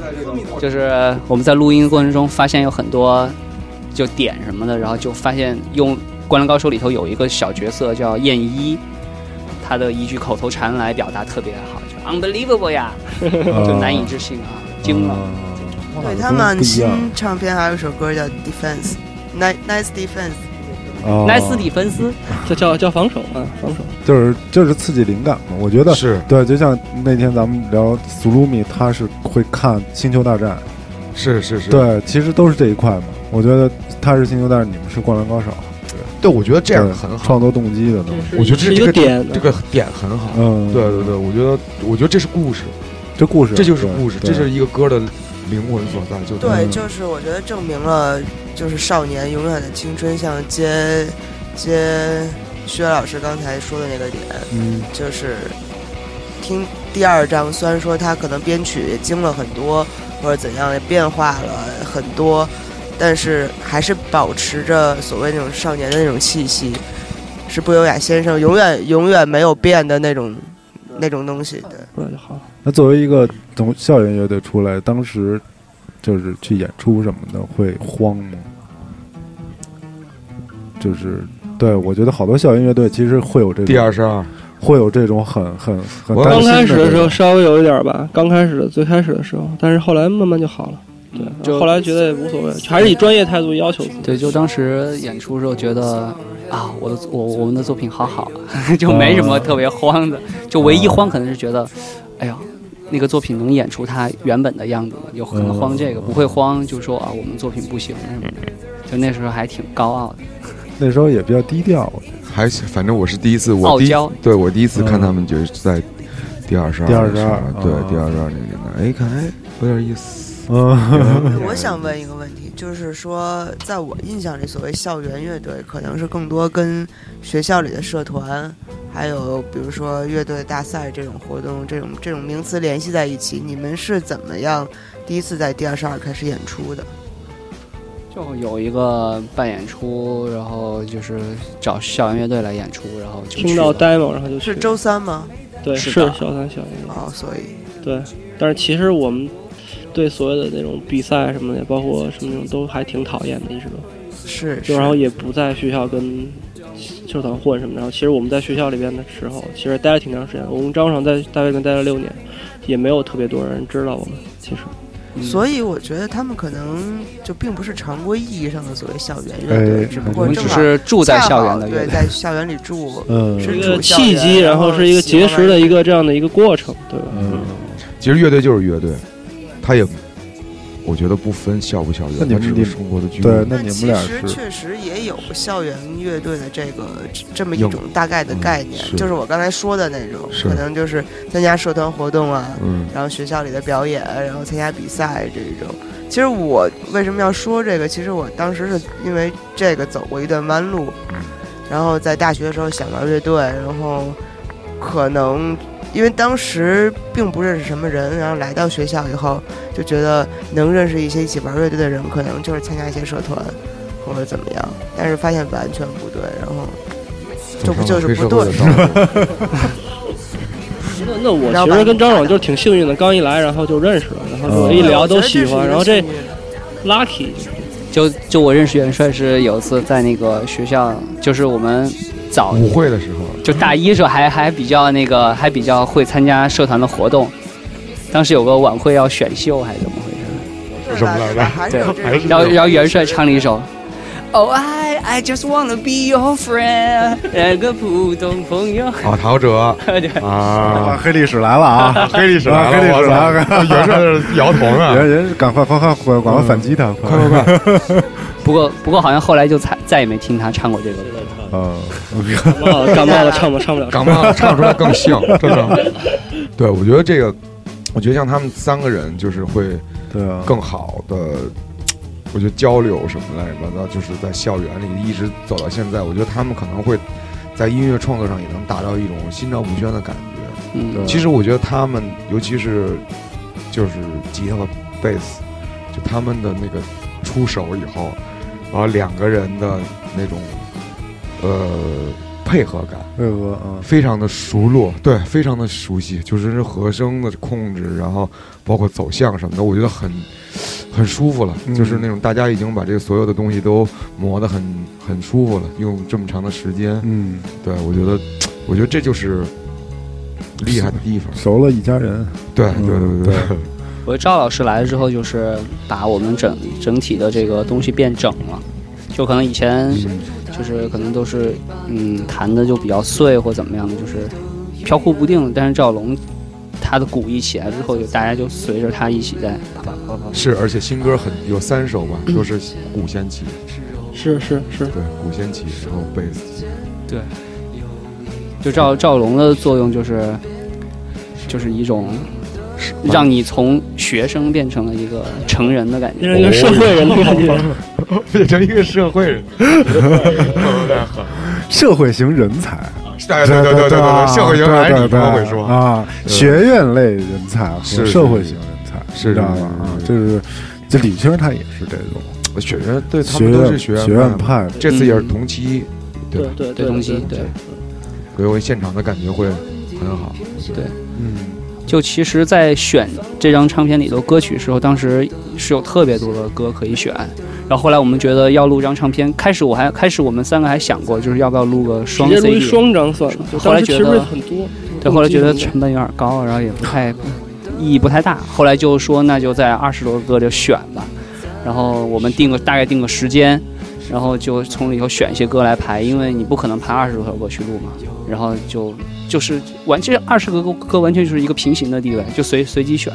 Speaker 7: 就是我们在录音的过程中发现有很多就点什么的，然后就发现用《灌篮高手》里头有一个小角色叫燕一，他的一句口头禅来表达特别好，就 unbelievable 呀，
Speaker 2: 啊
Speaker 7: 就难以置信啊，惊了。
Speaker 2: 啊
Speaker 6: 对他们
Speaker 2: 不一
Speaker 6: 新
Speaker 2: 样
Speaker 6: 唱片还有一首歌叫 Defense，Nice Nice Defense。
Speaker 2: 啊
Speaker 7: 奈斯蒂芬斯，
Speaker 5: 叫叫叫防守啊，防守。
Speaker 2: 就是就是刺激灵感嘛。我觉得
Speaker 4: 是
Speaker 2: 对，就像那天咱们聊苏鲁米，他是会看《星球大战
Speaker 4: 是是》，是，
Speaker 2: 对，其实都是这一块嘛。我觉得他是《星球大战》，你们是《灌篮高手》，
Speaker 4: 对，我觉得这样
Speaker 2: 对
Speaker 4: 很好
Speaker 2: 创。作动机的东西。
Speaker 4: 我觉得这
Speaker 5: 是一
Speaker 4: 这
Speaker 5: 个
Speaker 4: 个
Speaker 5: 点，
Speaker 4: 这个点很好。
Speaker 2: 嗯，
Speaker 4: 对对对，我觉得，我觉得这是故事，
Speaker 2: 这故事，
Speaker 4: 这就是
Speaker 2: 对
Speaker 4: 故事，
Speaker 2: 对
Speaker 4: 这是一个歌的灵魂所在。就
Speaker 6: 对，
Speaker 2: 嗯
Speaker 6: 就是我觉得证明了，就是少年永远的青春，像接接薛老师刚呃才说的那个点，
Speaker 2: 嗯
Speaker 6: 就是听第二章，虽然说他可能编曲也经了很多，或者怎样也变化了很多，但是还是保持着所谓那种少年的那种气息，是不优雅先生永远永远没有变的那种那种东西。对，
Speaker 5: 出来就好。
Speaker 2: 那作为一个从校园乐队出来，当时就是去演出什么的，会慌吗？就是对我觉得好多校园乐队其实会有这种
Speaker 4: 第二啊十二，
Speaker 2: 会有这种很很很
Speaker 4: 我
Speaker 2: 担
Speaker 5: 刚
Speaker 2: 心
Speaker 5: 开始
Speaker 2: 的
Speaker 5: 的
Speaker 2: 这
Speaker 5: 时
Speaker 4: 啊
Speaker 2: 种
Speaker 5: 候稍微有一点吧，刚开始的最开始的时候，但是后来慢慢就好了。对，
Speaker 7: 嗯就
Speaker 5: 后来觉得也无所谓，还是以专业态度要求自己。
Speaker 7: 对，就当时演出的时候觉得啊，我的我我们的作品好好， 就没什么特别慌的，就唯一慌可能是觉得，哎呀，那个作品能演出它原本的样子了，有可能慌这个，不会慌就说啊，我们作品不行什么的，就那时候还挺高傲的。
Speaker 2: 那时候也比较低调，我觉得
Speaker 4: 还是反正我是第一次，我
Speaker 7: 傲
Speaker 4: 第一
Speaker 7: 娇
Speaker 4: 对我第一次看
Speaker 2: 嗯
Speaker 4: 他们，就是在第二十二，
Speaker 2: 第22
Speaker 4: 对
Speaker 2: 啊
Speaker 9: 嗯
Speaker 4: 第二十二那个年代，哎，看哎，有点意思。
Speaker 2: 嗯，
Speaker 6: 我想问一个问题，就是说，在我印象里，所谓校园乐队可能是更多跟学校里的社团，还有比如说乐队大赛这种活动，这种这种名词联系在一起。你们是怎么样第一次在第二十二开始演出的？
Speaker 7: 就有一个办演出，然后就是找校园乐队来演出，然后就
Speaker 5: 听到
Speaker 7: 去了
Speaker 5: demo 然后就去
Speaker 6: 是周三吗？
Speaker 5: 对
Speaker 7: 是
Speaker 5: 是
Speaker 7: 的
Speaker 5: 校三校园
Speaker 6: 哦，所以
Speaker 5: 对，但是其实我们对所有的那种比赛什么的，包括什么那种都还挺讨厌的，一直都。
Speaker 6: 是
Speaker 5: 就是然后也不在学校跟社团混什么的。然后其实我们在学校里边的时候，其实待了挺长时间。我们张爽在大学里面待了六年，也没有特别多人知道我们。其实
Speaker 7: 嗯
Speaker 6: 所以我觉得他们可能就并不是常规意义上的所谓校园乐
Speaker 2: 哎
Speaker 6: 队，只不
Speaker 7: 我
Speaker 6: 过
Speaker 7: 们
Speaker 6: 正
Speaker 7: 只
Speaker 6: 好
Speaker 7: 是住在校园的
Speaker 6: 恰好
Speaker 7: 乐
Speaker 6: 对，
Speaker 7: 队。
Speaker 6: 在校园里住，
Speaker 9: 嗯
Speaker 6: 是
Speaker 5: 一
Speaker 6: 主
Speaker 5: 个
Speaker 6: 校
Speaker 5: 契
Speaker 6: 园
Speaker 5: 机，
Speaker 6: 然
Speaker 5: 然后是一个
Speaker 6: 喜欢
Speaker 5: 结识
Speaker 6: 玩
Speaker 5: 的
Speaker 6: 乐队
Speaker 5: 一个这样的一个过程，对吧？
Speaker 9: 嗯，
Speaker 4: 其实乐队就是乐队，他也，我觉得不分校不校园，
Speaker 9: 那你
Speaker 4: 它
Speaker 9: 们
Speaker 4: 只
Speaker 9: 你
Speaker 4: 是生活的聚
Speaker 9: 对
Speaker 4: 合。
Speaker 9: 那
Speaker 6: 但
Speaker 9: 你
Speaker 6: 其
Speaker 9: 们俩
Speaker 6: 实
Speaker 9: 是
Speaker 6: 确实也有校园乐队的这个这这么一
Speaker 4: 有
Speaker 6: 种大概的
Speaker 4: 嗯
Speaker 6: 概念，
Speaker 4: 是
Speaker 6: 就是我刚才说的那种，
Speaker 4: 是
Speaker 6: 可能就是参加社团活动啊，
Speaker 4: 嗯，
Speaker 6: 然后学校里的表演，然后参加比赛这种。其实我为什么要说这个？其实我当时是因为这个走过一段弯路，然后在大学的时候想到乐队，然后可能因为当时并不认识什么人，然后来到学校以后就觉得能认识一些一起玩乐队的人，可能就是参加一些社团或者怎么样，但是发现完全不对，然后这不就是不对
Speaker 4: 走上了黑社会的道路？
Speaker 5: 那那我其实跟张爽就是挺幸运的，刚一来然后就认识了，然后就
Speaker 9: 嗯
Speaker 5: 一
Speaker 6: 对
Speaker 5: 聊
Speaker 6: 我觉
Speaker 5: 都
Speaker 6: 得
Speaker 5: 喜
Speaker 6: 是一
Speaker 5: 欢，
Speaker 6: 个
Speaker 5: 然后这
Speaker 6: 幸运
Speaker 5: lucky 就是
Speaker 7: 就就我认识元帅是有一次在那个学校，就是我们早
Speaker 4: 舞会的时 候，
Speaker 7: 就大一时候还还比较那个还比较会参加社团的活动，当时有个晚会要选秀还是怎么回事？
Speaker 6: 对
Speaker 4: 什么
Speaker 6: 吧
Speaker 4: 来
Speaker 6: 对吧还是有
Speaker 4: 着
Speaker 6: 这
Speaker 4: 还是
Speaker 6: 种
Speaker 7: 然后然后元帅唱了一首。Oh, I I just wanna be your friend，那个普通朋 友。
Speaker 4: 啊，陶喆
Speaker 7: 对，
Speaker 4: 啊，
Speaker 9: 黑历史来了啊，黑历史
Speaker 4: 来了
Speaker 9: 黑历史来了。
Speaker 4: 元帅是摇头啊，
Speaker 9: 人人赶快快快快赶快反击他！嗯快快快！
Speaker 7: 不过不过好像后来就再再也没听他唱过这个歌。
Speaker 2: 啊
Speaker 9: 嗯，
Speaker 5: 感冒了，感 冒了，唱不唱不了。
Speaker 4: 港漫唱出来更像，真 的。对，我觉得这个，我觉得像他们三个人就是会
Speaker 9: 对啊，
Speaker 4: 更好的，我觉得交流什么乱七八糟，就是在校园里一直走到现在，我觉得他们可能会在音乐创作上也能达到一种心照不宣的感觉。
Speaker 7: 嗯
Speaker 9: 对，
Speaker 4: 其实我觉得他们，尤其是就是吉他和贝斯，就他们的那个出手以后，然后两个人的那种呃配合感。
Speaker 9: 魏哥啊，
Speaker 4: 非常的熟络，对，非常的熟悉，就是和声的控制，然后包括走向什么的，我觉得很很舒服了，
Speaker 9: 嗯
Speaker 4: 就是那种大家已经把这个所有的东西都磨得很很舒服了，用这么长的时间，
Speaker 9: 嗯，
Speaker 4: 对我觉得，我觉得这就是厉害的地方，
Speaker 9: 熟了一家人。
Speaker 4: 对
Speaker 9: 嗯
Speaker 4: 对对对对，
Speaker 7: 我觉得赵老师来了之后，就是把我们整整体的这个东西变整了，就可能以前就是可能都是嗯弹的就比较碎或怎么样的，就是飘忽不定。但是赵龙他的鼓一起来之后，就大家就随着他一起在啪啪啪啪。
Speaker 4: 是，而且新歌很有三首吧，都是鼓先起，
Speaker 5: 是是
Speaker 7: 哦
Speaker 5: 是，
Speaker 4: 对，鼓先起，然后贝斯，
Speaker 7: 对，就赵赵龙的作用就是就是一种让你从学生变成了一个成人的感觉。
Speaker 5: 变成一个社会人的感
Speaker 7: 哦
Speaker 5: 觉。
Speaker 4: 变成一个社会人，
Speaker 9: 社会型人才，
Speaker 4: 对对对对对
Speaker 9: 啊
Speaker 4: 对，社会型还是
Speaker 9: 对
Speaker 4: 你
Speaker 9: 对
Speaker 4: 多会
Speaker 9: 对
Speaker 4: 说。
Speaker 9: 啊，
Speaker 4: 对
Speaker 9: 学院类人才和
Speaker 4: 是
Speaker 9: 社会型人才，
Speaker 4: 是
Speaker 9: 你知道吧？啊，
Speaker 4: 是是
Speaker 9: 就是这李青他也是这种
Speaker 4: 学员对他
Speaker 9: 学
Speaker 4: 们都是
Speaker 9: 院
Speaker 4: 学员
Speaker 9: 学
Speaker 4: 派
Speaker 9: 院
Speaker 4: 嘛
Speaker 9: 派，
Speaker 4: 这次也是同期，对吧？
Speaker 5: 对
Speaker 7: 对
Speaker 5: 对
Speaker 7: 东西对
Speaker 5: 嗯对。
Speaker 4: 所以我现场的感觉会很好。
Speaker 9: 嗯，
Speaker 7: 就其实，在选这张唱片里头歌曲的时候，当时是有特别多的歌可以选。然后后来我们觉得要录张唱片，开始我还开始我们三个还想过，就是要不要录个
Speaker 5: 直
Speaker 7: 双
Speaker 5: 接录一
Speaker 7: CD。
Speaker 5: 双张算了，就
Speaker 7: 后来
Speaker 5: 当时其
Speaker 7: 觉
Speaker 5: 实
Speaker 7: 得
Speaker 5: 很多，
Speaker 7: 对，后来觉得成本有点高，然后也不太意义不太大。后来就说那就在二十多个歌就选吧，然后我们定个大概定个时间，然后就从里头选一些歌来排，因为你不可能排二十多首歌去录嘛。然后就就是完这二十个歌歌完全就是一个平行的地位，就随随机选，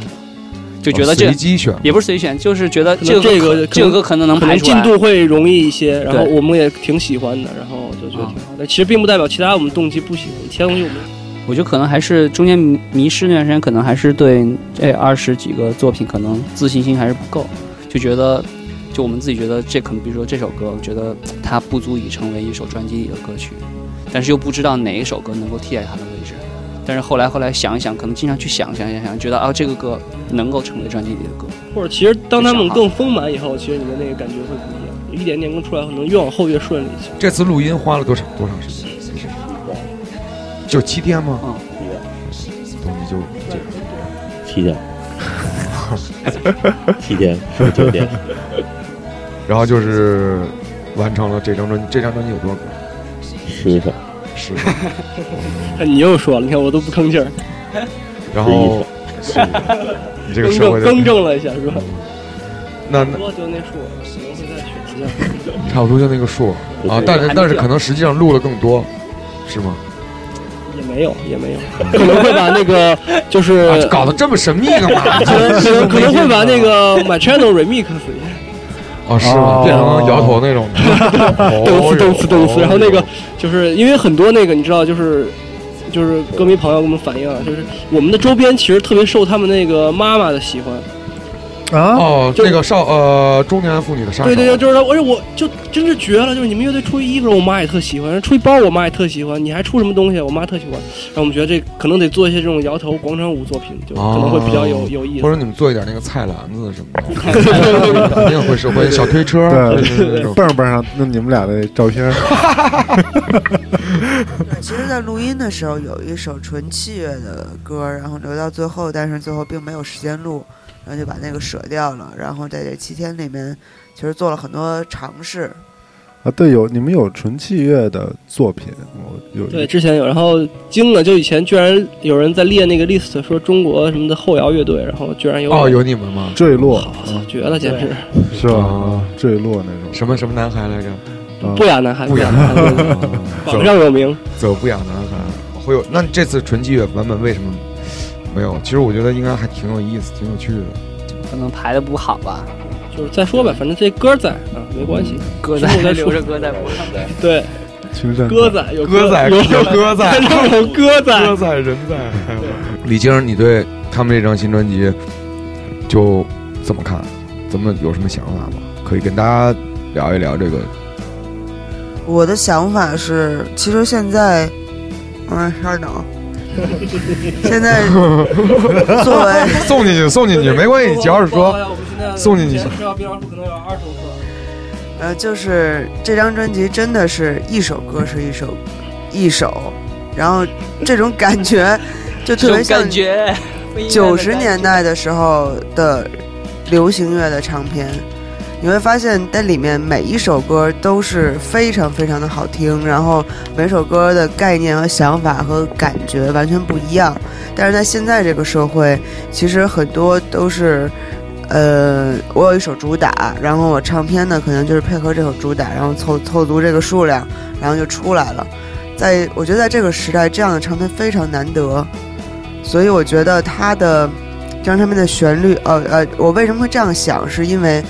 Speaker 7: 就觉得这
Speaker 4: 哦随机选，
Speaker 7: 也不是随选，就是觉得
Speaker 5: 哦可
Speaker 7: 这
Speaker 5: 能
Speaker 7: 个
Speaker 5: 这
Speaker 7: 歌
Speaker 5: 个
Speaker 7: 这个歌可能能
Speaker 5: 可
Speaker 7: 排
Speaker 5: 能
Speaker 7: 出
Speaker 5: 进
Speaker 7: 来。
Speaker 5: 度会容易一些，然后
Speaker 7: 对嗯
Speaker 5: 我们也挺喜欢的，然后就觉得挺好的。其实并不代表其他我们动机不喜欢，其他东西我们
Speaker 7: 我觉得可能还是中间迷迷失那段时间，可能还是对这二十几个作品可能自信心还是不够，就觉得就我们自己觉得这可能，比如说这首歌，我觉得它不足以成为一首专辑里的歌曲，但是又不知道哪一首歌能够替代它的位置。但是后来后来想一想，可能经常去想想想想，觉得啊这个歌能够成为专辑里的歌。
Speaker 5: 或者其实当他们更丰满以后，其实你的那个感觉会不一样，一点点更出来，可能越往后越顺利。
Speaker 4: 这次录音花了多长多长时间？就七天吗？东西就这样。
Speaker 8: 七 点，七点是不是九点？
Speaker 4: 然后就是完成了这张专辑。这张专辑有多少歌？
Speaker 8: 十首，
Speaker 4: 十。
Speaker 5: 哎你又说了，你看我都不吭气儿，
Speaker 4: 然后 你这个
Speaker 5: 更
Speaker 4: 社会
Speaker 5: 正
Speaker 4: 的
Speaker 5: 更正了一下是吧？
Speaker 4: 那那
Speaker 5: 多就那数，可能会再选一下。
Speaker 4: 差不多就那个数啊，但是但是可能实际上录了更多，是吗？
Speaker 5: 也没有，也 没有，可能会把那个就是
Speaker 4: 啊，搞得这么神秘 干嘛？
Speaker 5: 可能可能可能会把那个 My Channel Remix 一下，
Speaker 4: 哦，是吗？变成摇头那种的，
Speaker 5: 噔
Speaker 4: 哦
Speaker 5: 哧噔哧噔哧，
Speaker 4: 哟
Speaker 5: 然后那个就是因为很多那个你知道就是。就是歌迷朋友给我们反映啊，就是我们的周边其实特别受他们那个妈妈的喜欢，
Speaker 2: 啊，
Speaker 4: 哦，
Speaker 5: 就
Speaker 4: 那个少呃中年妇女的杀手，
Speaker 5: 对对对，就是他，而且我就真是绝了，就是你们乐队出一衣服，我妈也特喜欢；出一包，我妈也特喜欢。你还出什么东西，我妈特喜欢。然后我们觉得这可能得做一些这种摇头广场舞作品，就可能会比较有、
Speaker 4: 哦
Speaker 5: 有意
Speaker 4: 或
Speaker 5: 思。
Speaker 4: 者你们做一点那个菜篮子什么的， 肯定会是会小推车，
Speaker 9: 对
Speaker 4: 对对对
Speaker 9: 蹦蹦上那你们俩的照片，
Speaker 6: 对，其实，在录音的时候有一首纯器乐的歌，然后留到最后，但是最后并没有时间录，然后就把那个舍掉了。然后在这七天里面，其实做了很多尝试。
Speaker 9: 啊，对，有你们有纯器乐的作品，我有
Speaker 5: 对，之前有，然后惊了，就以前居然有人在列那个 list，说中国什么的后摇乐队，然后居然有
Speaker 4: 哦，有你们吗？
Speaker 9: 坠落
Speaker 5: 我操，绝了，简直
Speaker 9: 是吧？
Speaker 4: 啊
Speaker 9: 啊坠落那种
Speaker 4: 什么什么男孩来着？
Speaker 9: 啊
Speaker 5: 不雅男孩，
Speaker 4: 不哦雅
Speaker 5: 男孩，对对对
Speaker 4: 走
Speaker 5: 榜上有名。
Speaker 4: 走不雅男孩哦会有。那这次纯器乐版本为什么没有？其实我觉得应该还挺有意思，挺有趣的。
Speaker 7: 可能排的不好吧，嗯
Speaker 5: 就是再说吧，反正这歌在啊，没关系。
Speaker 7: 歌
Speaker 5: 在
Speaker 7: 在
Speaker 5: 留
Speaker 7: 留
Speaker 5: 着
Speaker 7: 着歌在播。
Speaker 5: 对，
Speaker 9: 情战
Speaker 5: 歌仔有
Speaker 4: 嗯歌仔
Speaker 5: 有
Speaker 4: 有歌仔
Speaker 5: 有歌仔，
Speaker 4: 歌在人在。李菁，你对他们这张新专辑就怎么看？怎么有什么想法吗？可以跟大家聊一聊这个。
Speaker 6: 我的想法是，其实现在，嗯，稍等啊，现在作为
Speaker 4: 送进去，送进去，没关系，只要是说，送进去
Speaker 5: 前吃到槟榔树可能有二十个，
Speaker 6: 呃，就是这张专辑真的是一首歌是一首一首，然后这种感觉就特别 像
Speaker 7: 感觉，
Speaker 6: 九十年代的时候的流行乐的唱片，你会发现在里面每一首歌都是非常非常的好听，然后每首歌的概念和想法和感觉完全不一样。但是在现在这个社会，其实很多都是。呃，我有一首主打，然后我唱片呢，可能就是配合这首主打，然后凑凑足这个数量，然后就出来了。在我觉得在这个时代，这样的唱片非常难得。所以我觉得它的这张唱片的旋律，呃呃，我为什么会这样想，是因为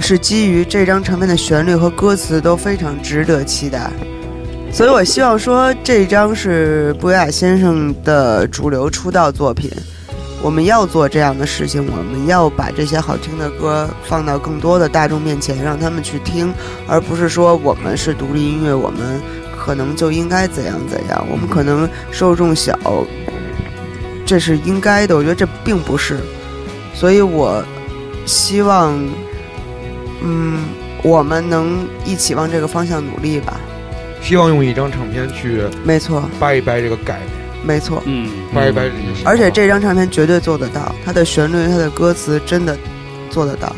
Speaker 6: 是基于这张唱片的旋律和歌词都非常值得期待。所以我希望说，这张是布雅先生的主流出道作品。我们要做这样的事情，我们要把这些好听的歌放到更多的大众面前，让他们去听，而不是说我们是独立音乐，我们可能就应该怎样怎样，我们可能受众小，这是应该的，我觉得这并不是，所以我希望，嗯，我们能一起往这个方向努力吧。
Speaker 4: 希望用一张唱片去
Speaker 6: 没错，
Speaker 4: 掰一掰这个概念，
Speaker 6: 没错，
Speaker 7: 嗯，
Speaker 4: 掰一掰这些想法。
Speaker 6: 而且这张唱片绝对做得到，它的旋律、它的歌词真的做得到。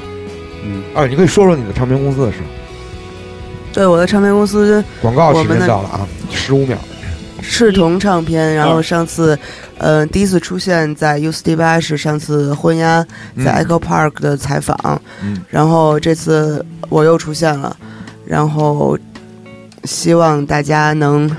Speaker 4: 啊，你可以说说你的唱片公司的事。
Speaker 6: 对我的唱片公司
Speaker 4: 广告
Speaker 6: 我
Speaker 4: 时
Speaker 6: 们
Speaker 4: 间
Speaker 6: 的
Speaker 4: 到了啊，十五秒。
Speaker 6: 视同唱片，然后上次，呃，第一次出现在 U C D 八是上次婚鸦在 Echo Park 的采访，
Speaker 4: 嗯
Speaker 6: 然后这次我又出现了，然后希望大家能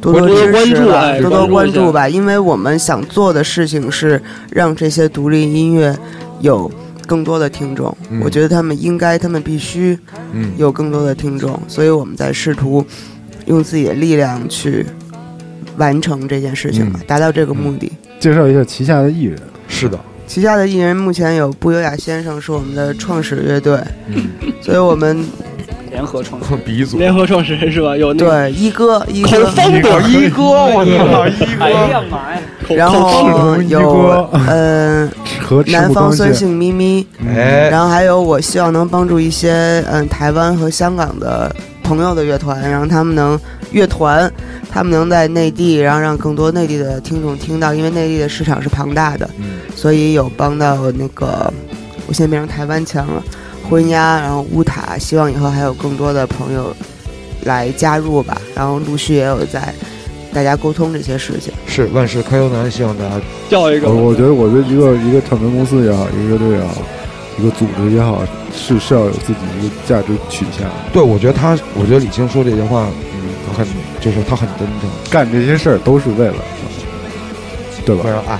Speaker 6: 多多
Speaker 5: 关注
Speaker 6: 支持吧
Speaker 5: 关注哎
Speaker 6: 多多
Speaker 5: 关
Speaker 6: 关
Speaker 5: 注一下
Speaker 6: 注吧，因为我们想做的事情是让这些独立音乐有更多的听众，
Speaker 4: 嗯
Speaker 6: 我觉得他们应该，他们必须
Speaker 4: 嗯，
Speaker 6: 有更多的听众，所以我们在试图用自己的力量去完成这件事情
Speaker 4: 嗯
Speaker 6: 吧，达到这个目的。
Speaker 2: 介绍一下旗下的艺人，
Speaker 4: 是的，
Speaker 6: 旗下的艺人目前有不优雅先生是我们的创始乐队，所以我们
Speaker 7: 联合创 作。
Speaker 4: 鼻祖。
Speaker 5: 联合创始人是吧？有那个
Speaker 2: 嗯
Speaker 6: 对一哥一
Speaker 5: 口
Speaker 6: 哥，
Speaker 5: 风朵
Speaker 4: 一哥，我操，一
Speaker 7: 哎
Speaker 4: 哥，
Speaker 7: 呀妈呀！
Speaker 5: 口
Speaker 6: 然
Speaker 5: 口风
Speaker 6: 后
Speaker 2: 一哥
Speaker 6: 有 嗯、
Speaker 2: 和赤
Speaker 6: 南
Speaker 2: 木
Speaker 6: 方
Speaker 2: 刚
Speaker 6: 孙
Speaker 2: 宪
Speaker 6: 姓咪咪，
Speaker 4: 哎，
Speaker 6: 然后还有我希望能帮助一些嗯台湾和香港的朋友的乐团，让他们能乐团，他们能在内地，然后让更多内地的听众听到，因为内地的市场是庞大的，
Speaker 4: 嗯
Speaker 6: 所以有帮到那个，我现在变成台湾腔了，婚鸦，然后乌塔，希望以后还有更多的朋友来加入吧，然后陆续也有在大家沟通这些事情。
Speaker 4: 是万事开头难，希望大家
Speaker 5: 叫一个
Speaker 2: 我，我觉得，我觉得一个一个唱片公司也好，一个乐队也好，一个组织也好，是是要有自己一个价值取向，
Speaker 4: 对，我觉得他，我觉得李青说这些话，嗯，我很就是他很真诚，
Speaker 2: 干这些事儿都是为了什么，对
Speaker 4: 为
Speaker 2: 吧？
Speaker 4: 了爱，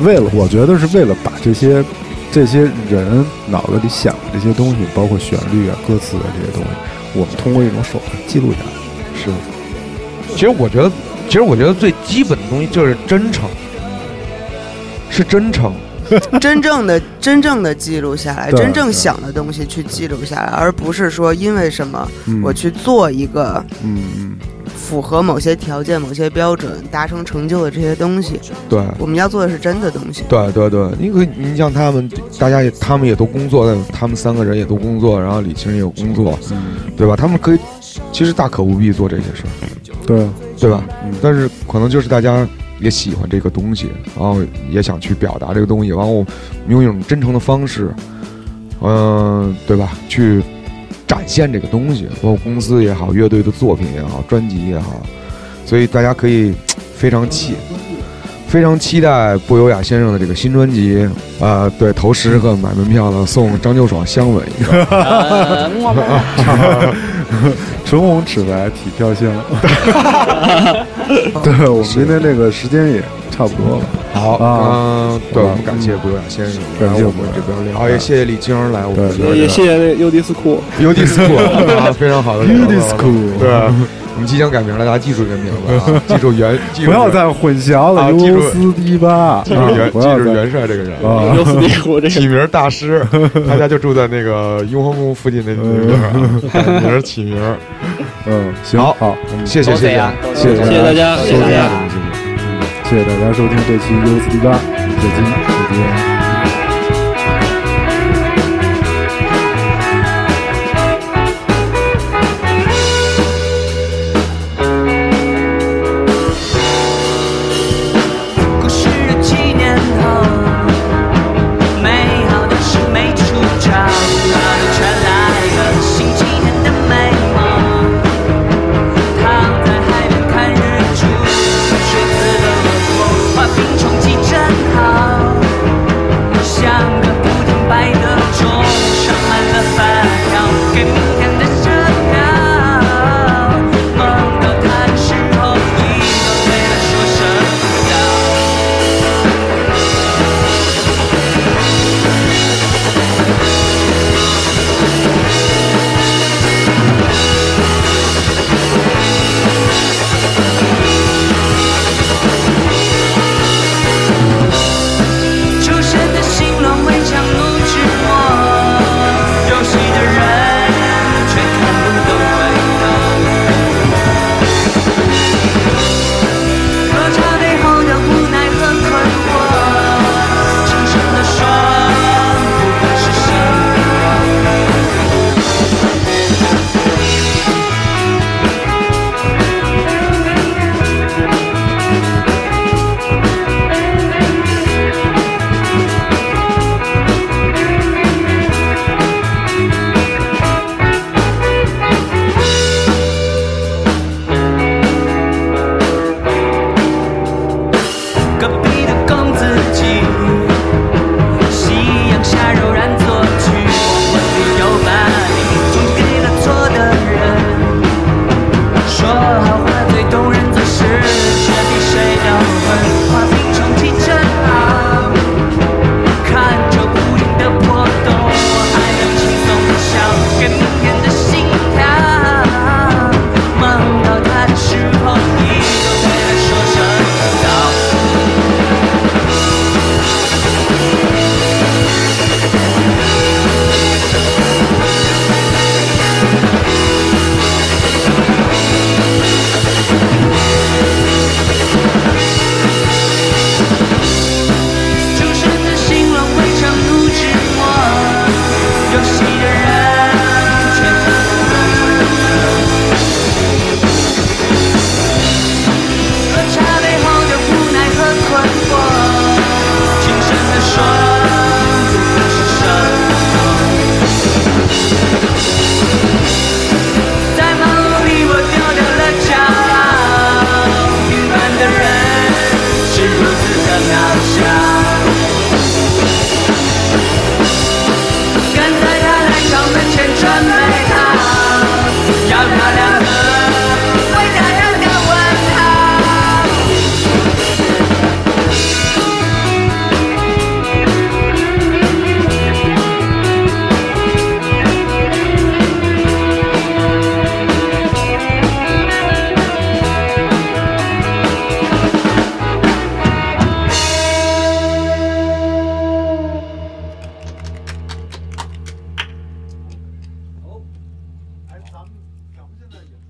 Speaker 2: 为了，我觉得是为了把这些这些人脑子里想的这些东西，包括旋律啊、歌词啊这些东西，我们通过一种手段记录下来。
Speaker 4: 是。其实我觉得，其实我觉得最基本的东西就是真诚，是真诚。
Speaker 6: 真正的真正的记录下来，
Speaker 2: 对
Speaker 6: 真正
Speaker 2: 对
Speaker 6: 想的东西去记录下来，而不是说因为什么
Speaker 2: 嗯
Speaker 6: 我去做一个
Speaker 2: 嗯嗯，
Speaker 6: 符合某些条件、某些标准、达成成就的这些东西。
Speaker 4: 对，
Speaker 6: 我们要做的是真的东西。
Speaker 4: 对对对，因为你像他们，大家也他们也都工作，他们三个人也都工作，然后李青也有工作，对吧？他们可以，其实大可不必做这些事儿，
Speaker 2: 对啊，
Speaker 4: 对吧？
Speaker 2: 嗯
Speaker 4: 但是可能就是大家也喜欢这个东西，然后也想去表达这个东西，然后用一种真诚的方式，嗯、对吧？去展现这个东西，包括公司也好，乐队的作品也好，专辑也好，所以大家可以非常期。非常期待不优雅先生的这个新专辑，啊，对，头十个买门票的送张秋爽香吻一个，
Speaker 7: 呃我们
Speaker 2: 唇红齿白体飘香。 对，我们今天这个时间也差不多了。
Speaker 4: 好
Speaker 2: 啊
Speaker 4: 嗯，对，
Speaker 2: 好吧
Speaker 4: 我们感谢不优雅先生，
Speaker 2: 感谢
Speaker 4: 来我
Speaker 2: 我
Speaker 4: 们
Speaker 2: 们
Speaker 4: 这边聊，
Speaker 2: 对
Speaker 4: 啊也谢谢李菁来我们
Speaker 2: 对
Speaker 4: 这边
Speaker 5: 也
Speaker 4: 聊
Speaker 5: 谢谢那 U D 斯库，
Speaker 4: U Disco 啊，非常好的
Speaker 2: U Disco
Speaker 4: 对，啊我们即将改名了，大家记住这个名字啊，记住袁，记住
Speaker 2: 不要再混淆
Speaker 4: 啊
Speaker 2: 了，
Speaker 4: 记住
Speaker 2: 优斯迪吧，
Speaker 4: 记住袁，
Speaker 2: 啊不
Speaker 4: 记
Speaker 2: 要
Speaker 4: 住
Speaker 2: 再
Speaker 4: 袁帅这个人
Speaker 2: 啊
Speaker 5: 有斯蒂库这
Speaker 4: 起
Speaker 5: 个
Speaker 4: 名大师，他家就住在那个雍和宫附近那那个地方啊，改名起名，
Speaker 2: 嗯，行，
Speaker 4: 好
Speaker 2: 好，
Speaker 4: 谢谢
Speaker 7: 都
Speaker 4: 谢
Speaker 7: 这
Speaker 4: 谢
Speaker 7: 样都
Speaker 2: 这样
Speaker 5: 谢谢大家，谢
Speaker 2: 谢啊
Speaker 5: 谢
Speaker 2: 谢
Speaker 5: 大家。
Speaker 4: 谢谢。
Speaker 2: 谢谢大家收听这期优斯迪吧，再见，再见。
Speaker 3: 故事的几年后，美好的事没出场，他们传来了星期天的美梦。躺在海边看日出，水渍的轮廓，画饼冲击真好。想
Speaker 2: 咱们咱们现在也